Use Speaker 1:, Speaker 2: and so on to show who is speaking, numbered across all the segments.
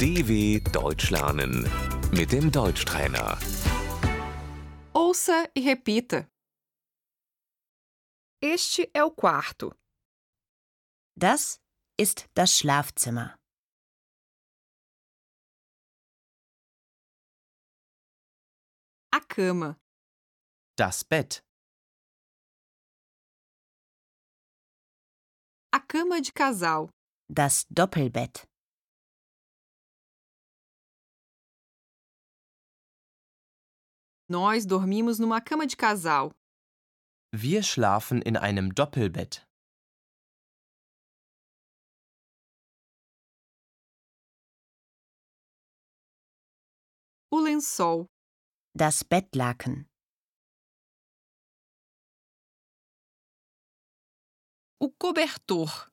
Speaker 1: DW Deutsch lernen mit dem Deutschtrainer.
Speaker 2: Ouça e repita. Este é o quarto.
Speaker 3: Das ist das Schlafzimmer.
Speaker 2: A cama.
Speaker 4: Das Bett.
Speaker 2: A cama de casal.
Speaker 3: Das Doppelbett.
Speaker 2: Nós dormimos numa cama de casal.
Speaker 4: Wir schlafen in einem Doppelbett.
Speaker 2: O lençol.
Speaker 3: Das Bettlaken.
Speaker 2: O cobertor.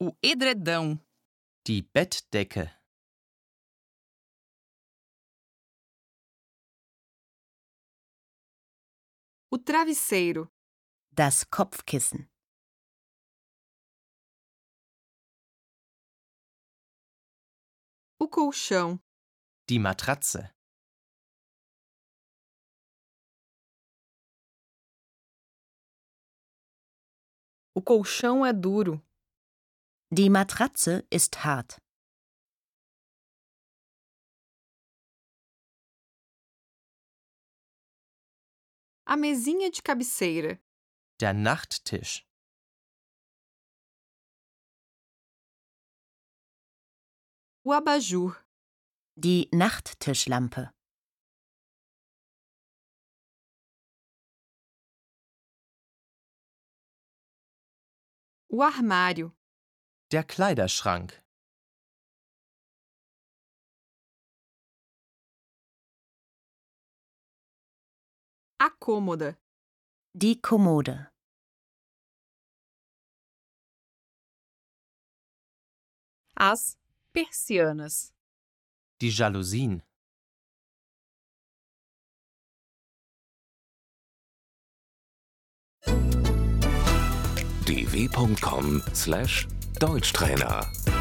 Speaker 2: O edredão.
Speaker 4: Die Bettdecke.
Speaker 2: O travesseiro.
Speaker 3: Das Kopfkissen.
Speaker 2: O colchão.
Speaker 4: Die Matratze.
Speaker 2: O colchão é duro.
Speaker 3: Die Matratze ist hart.
Speaker 2: A mesinha de cabeceira.
Speaker 4: Der Nachttisch.
Speaker 2: O abajur.
Speaker 3: Die Nachttischlampe.
Speaker 2: O armário.
Speaker 4: Der Kleiderschrank.
Speaker 2: A cômoda.
Speaker 3: Die Kommode.
Speaker 5: as persianas,
Speaker 4: Die Jalousien.
Speaker 1: dw.com/deutschtrainer